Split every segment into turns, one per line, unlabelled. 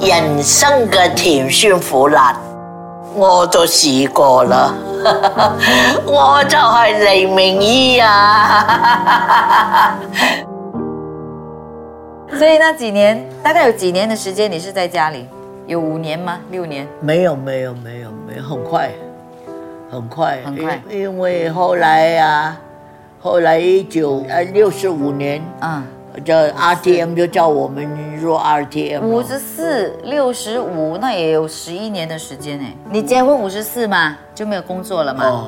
人生嘅甜酸苦辣，我都試過啦。 我就係黎明依 啊！
所以那几年，大概有几年的时间，你是在家里，有五年吗？六年？
没有没有没有没有，很快，很快，
很快
因因为后来啊，后来一九呃六十五年，
嗯，
这 RTM 就叫我们入 RTM，
五
了
十四、六十五，那也有十一年的时间哎。你结婚五十四嘛，就没有工作了嘛。
哦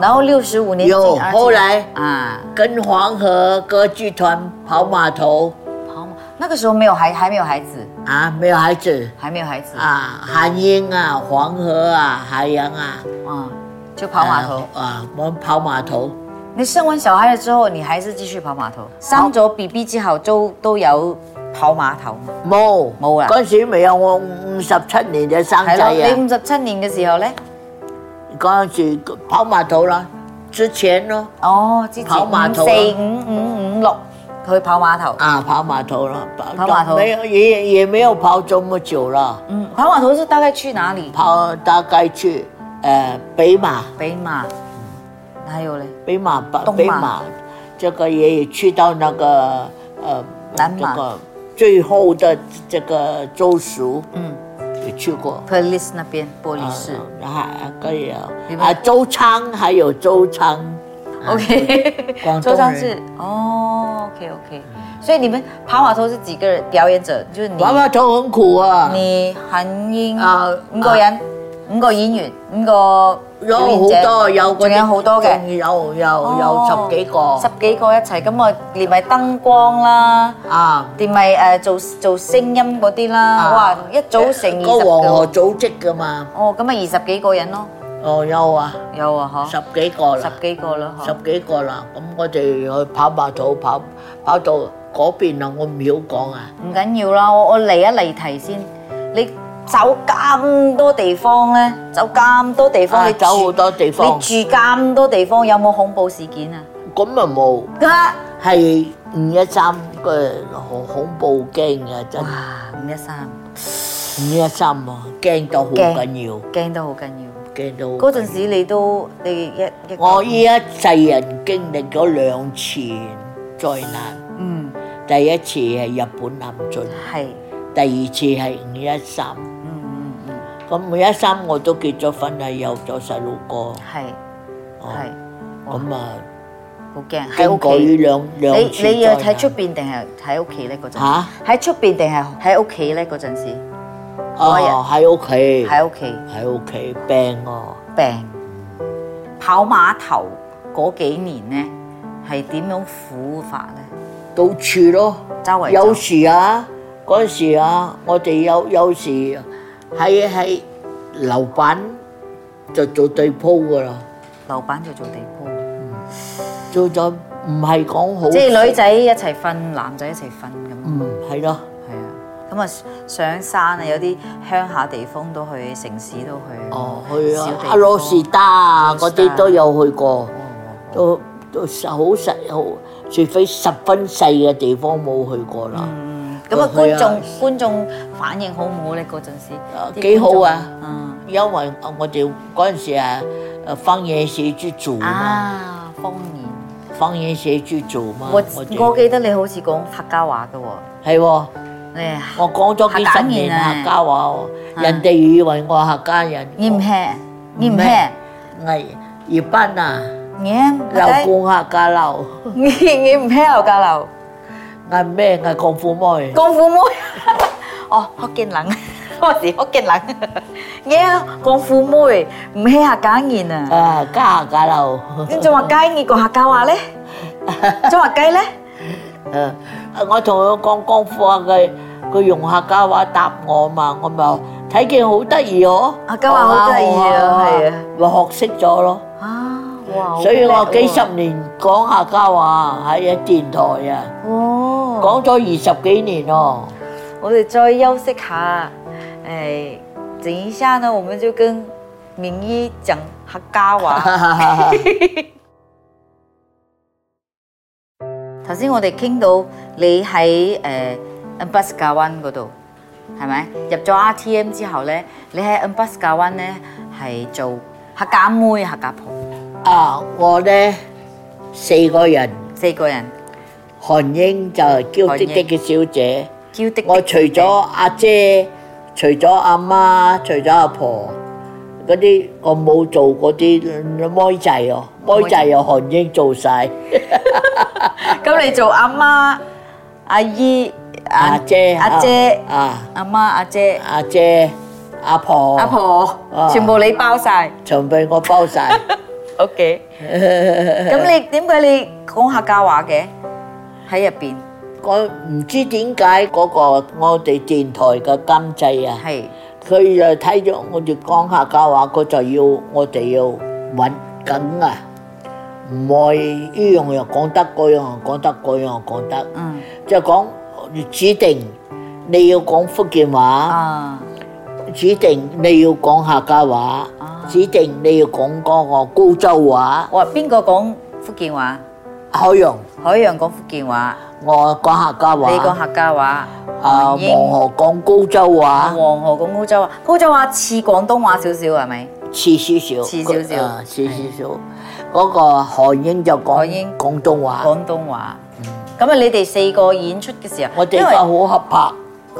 然后六十五年进
有
RTM
后来
啊，
跟黄河歌剧团跑码头
好嘛，那个时候没有孩，还没有孩子，
啊，没有孩子
还没有孩子啊
啊，韩英啊，黄河啊，海洋啊，
嗯就跑码头。
啊啊，我们跑码头。
你生完小孩了之后，你还是繼續跑碼頭。生咗 B B 之後，都都有跑碼頭。
冇
冇啦
嗰陣時未有我五十七年嘅生仔
係咯，你
啊！
五十七年嘅時候咧，
嗰陣時跑碼頭啦，之前咯
哦，之前
跑碼頭
五
啊
四五五五六去跑碼頭。
啊，跑碼頭啦，
跑碼頭
沒有也也沒有跑這麼久啦，
嗯，跑碼頭是大概去哪裡？
跑大概去呃北馬、
北馬，還有嘞，
北馬、
東馬
北馬，這個也去到那個呃
南馬
這個最後的這個州屬
嗯
也去過。
，Police 那邊玻
Ờ,
璃市。
啊，还可以啊
你，们
啊，周仓还有周仓，啊
OK，
广
周
东
上
人
是哦，OK OK。所以你們跑碼頭是幾個人表演者？就是你。
跑碼頭很苦啊。
你韓英
啊
五個人，五個演員，五個
有好
表演者
多有嗰啲
仲有好多嘅，
仲有有有
哦
十幾個
十幾個一齊，咁我連埋燈光啦，
啊！
連埋誒做做聲音嗰啲啦，
啊
哇！一早成二
個
十
黃河
個，
組織噶嘛，
哦，咁啊二十幾個人咯，
哦有啊，
有啊
十
嗬，
幾個
十
啦，
幾個啦
十
嗬，
幾個啦。咁我哋去跑馬土跑跑到嗰邊啊，我唔曉講啊。
唔緊要啦，我我嚟一嚟題先，你走咁多地方咧，走咁多地方，
啊
你
走好
住
多地方
你住咁多地方，有冇恐怖事件啊？
咁啊冇，
啊
係五一三嘅好恐怖驚嘅真係，
哇！五一三
五一三啊驚到好緊要，
驚都好緊要。
驚到好緊要
嗰陣時你都你一一個
我依一世人經歷咗兩次災難，
嗯
第一次係日本南進，
係
第二次係五一三。
Ừ, 嗯嗯嗯
咁五一三我都結咗婚啦，有咗細路哥，
係
哦
係
咁啊
好驚喺
經過
屋
呢
企。
兩兩
你
次
你要
災難
喺出邊定係喺屋企咧嗰陣時？
嚇
喺出邊定係喺屋企咧嗰陣時？
哦喺屋企
喺屋企
喺屋企病啊，
病跑碼頭嗰幾年咧係點樣苦法咧？
到處咯，
周圍
有
走
時啊嗰陣時啊，我哋有有時喺喺樓板就做地鋪噶啦。
樓板就做地鋪，
做咗唔係講好，
即係女仔一齊瞓，男仔一齊瞓咁。
嗯係咯，
係啊，咁啊上山啊，有啲鄉下地方都去，城市都去。
哦去
小
啊
地，方
阿羅士達啊嗰啲都有去過，
哦
都都好細好，除非十分細嘅地方冇去過啦。
嗯咁啊，
去
觀
啊
眾觀眾反應好唔好咧？嗰陣時
啊
啲
幾好啊
觀眾嗯
因為我哋嗰陣時啊，誒方言社之組嘛，
啊，方言。
方言社之組嘛，
我我
哋
記得你好似講客家話嘅喎，
係喎。
你係
我講咗幾
客
十
家言
年
啊
客家話喎，
啊
人哋以為我客家人。
你唔係你唔
唔
係
係係葉斌啊，
你唔
老公客家佬，
你你唔係客家佬，
嗌咩嗌功夫妹。
功夫妹哦，福建 人，我是福建人， 你功夫妹唔係客家人啊。
啊，家下樓，
你仲話雞？你講客家話咧？仲話雞咧？
誒，我同佢講功夫啊，佢佢用客家話答我嘛，我咪話睇見好得意哦，
客家話好得意啊係啊，
咪學識咗咯。
啊，哇！
所以我
啊
幾十年講客家話喺電台啊，
哦，
講咗二十幾年哦 咯。
我哋再休息下，誒，等一下呢，我們就跟明依講客 家話。頭先我哋傾到你喺誒 a m b a s k a 灣嗰度係咪？入咗 RTM 之後咧，你喺 u m b u s k a One 咧係做客家妹、客家婆，
啊，我咧四個人，
四個人
韓英就嬌滴滴嘅小姐。
嬌滴滴。
我除咗阿姐，除咗阿媽，除咗阿婆嗰啲，我冇做嗰啲妹仔哦，妹仔由韓英做晒，
咁你做阿媽、阿姨、
阿姐、
啊阿姐、
啊，
阿媽、阿姐、
阿姐、阿婆、
阿，婆
啊，
全部你包晒。
全部我包晒。
OK，咁你點解你講客家話嘅喺入邊？
我唔知點解嗰個我哋電台嘅監製啊，
係
佢就睇咗我哋講客家話，佢就要我哋要揾緊啊，唔係呢樣又講得，嗰樣又講得，嗰樣又講得，
嗯
就講指定你要講福建話，
啊
指定你要講客家話，
啊
指定你要講嗰個高州話，
我話邊個講福建話？
海洋
海洋講福建話，
我講客家
你講
話，
客家話，
啊
黃英啊
黃河講高州話。
黃河講高州話，高州話似廣東話少少係咪？
似少少，
似少少
啊似少少。嗰個韓英就
韓
講
英
廣東話，
廣東話。咁啊，你哋四個演出嘅時候，
我哋
因
個
為
好合拍，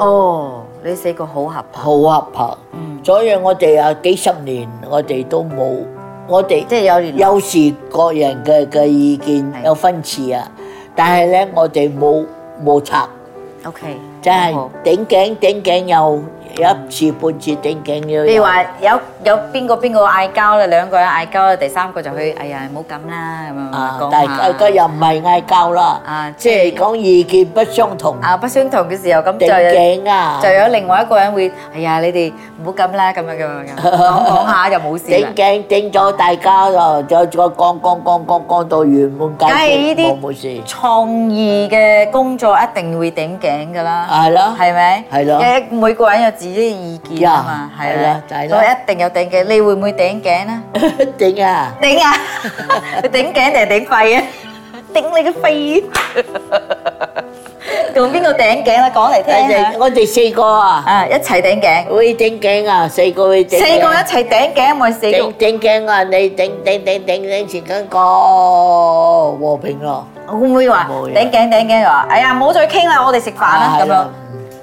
哦，你四個好合，
好合拍。
嗯
所以我哋啊幾十年，我哋都冇，我哋
即係有聯絡
有時個人嘅嘅意見
係
有分歧啊，但係咧我哋冇摩擦，
OK，
即係
好
頂頸頂頸又
嗯
一次半次頂頸要。
譬如話有有邊個邊個嗌交啦，兩個人嗌交啦，第三個就去，哎呀，唔好咁啦，咁
啊
樣，講
但係佢
下。
又唔係嗌交啦
啊，
即係講意見不相同，
啊，不相同嘅時候咁
頂
就有
頸啊。
就有另外一個人會，哎呀，你哋唔好咁啦，咁樣咁樣咁樣講講下就冇事啦
整。頸整咗大家咯，再再講講講講講到圓滿解
梗係呢
決，冇
啲
冇事，
創意嘅工作一定會頂頸㗎啦，
係咯，
係咪？
係咯
因為每個人有自己嘅意見啊嘛，
呀
係
係啦
啦，
就係啦
所以一定有頂頸。你會唔會頂頸咧？
頂啊！
頂啊！你頂頸定係頂肺啊？頂你個肺！同邊個頂頸啊？講嚟
我
聽
哋
下。
我哋四個啊，
啊，一齊頂頸，
會頂頸啊，四個會頂
四
頸，
個一齊頂頸，咪四
頂
個
頂頸啊！你頂頂頂頂頂前嗰個和平咯，
會唔會話
冇嘢
頂頸頂頸又話？哎呀，唔好再傾啦，我哋食飯啦
係
咁樣
啦，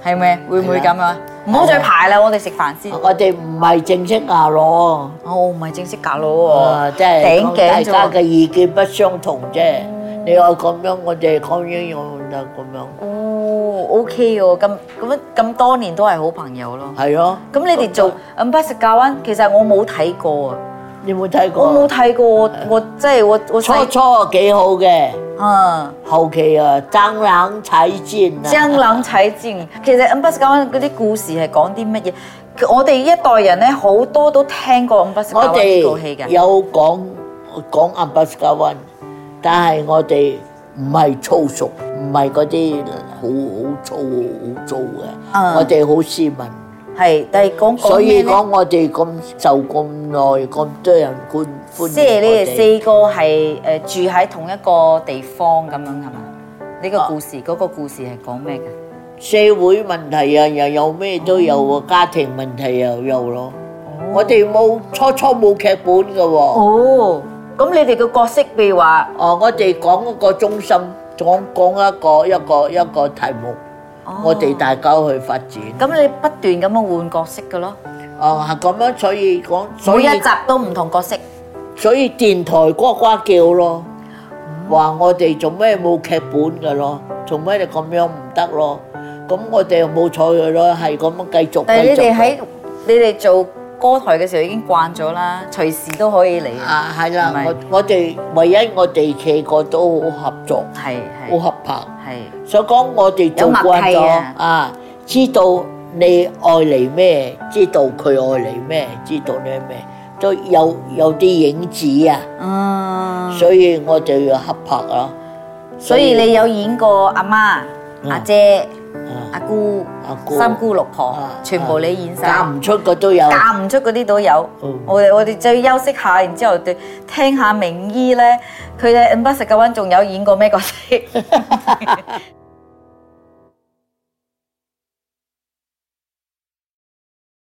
係咪？會唔會
係啦
咁啊？唔好再排啦，我哋食飯先。
我哋唔係正式牙咯，
我唔係正式嫁佬
啊
喎，
即係
頂
講大
頸
家
啫
嘅意見不相同啫。你話咁樣，我哋講樣樣就咁樣，
喎。哦，OK 喎，咁咁咁多年都係好朋友咯。
係咯。
咁你哋做 u m b a s s a d o r 其實我冇睇過啊，
你有冇睇過
我
啊？
冇睇過，我我即係我我
初初幾好嘅，
啊，
後期啊爭冷踩尖啊，
江郎才盡。其實 u m b a s s a d o r 嗰啲故事係講啲乜嘢？我哋一代人咧好多都聽過 u m b a s s
我
a d o r 呢套戲
哋
嘅，
有講講阿巴斯加灣，但係我哋唔係粗俗，唔係嗰啲好好粗好粗嘅，
嗯
我哋好斯文，
係，但係講講
所
咩
以講
咧？
我哋咁受咁耐咁多人歡歡
即係
迎
你
我
哋
哋。
四個係誒住喺同一個地方咁樣係嘛？呢個故事嗰個故事係講咩嘅？
社會問題啊，又有咩都有
嗯
喎，家庭問題又有咯。我哋冇初初冇劇本嘅喎。
哦，咁你哋嘅角色譬如話。
哦，我哋講一個中心，講講一個一個一個題目，
哦
我哋大家去發展。
咁你不斷咁樣換角色嘅咯，
哦，係咁樣，所以講，所
每
以
一集都唔同角色。
所以電台呱呱叫咯，話我哋做咩冇劇本嘅咯，做咩你咁樣唔得咯？咁我哋又冇睬佢咯，係咁樣繼續。
但係你
繼續
哋喺你哋做歌台嘅時候已經慣咗啦，隨時都可以嚟。
啊，係啦
唔，係
我我哋唯一我哋四個都好合作，
係
好
係
合拍。
係
所講我哋做慣
有
咗
默契啊
啊，知道你愛嚟咩，知道佢愛嚟咩，知道你咩，都有有啲影子啊，
嗯，
所以我就要合拍咯。
所以你有演過阿媽、
嗯
阿姐、
啊
阿姑
阿、姑
三姑六婆
啊，
全部你演晒。
嫁唔出嘅都有，
嫁唔出嗰啲都有
嗯，
我哋我哋就要休息下，然之後對聽下名醫咧，佢哋 u m b a s s a d o r 仲有演過咩角色？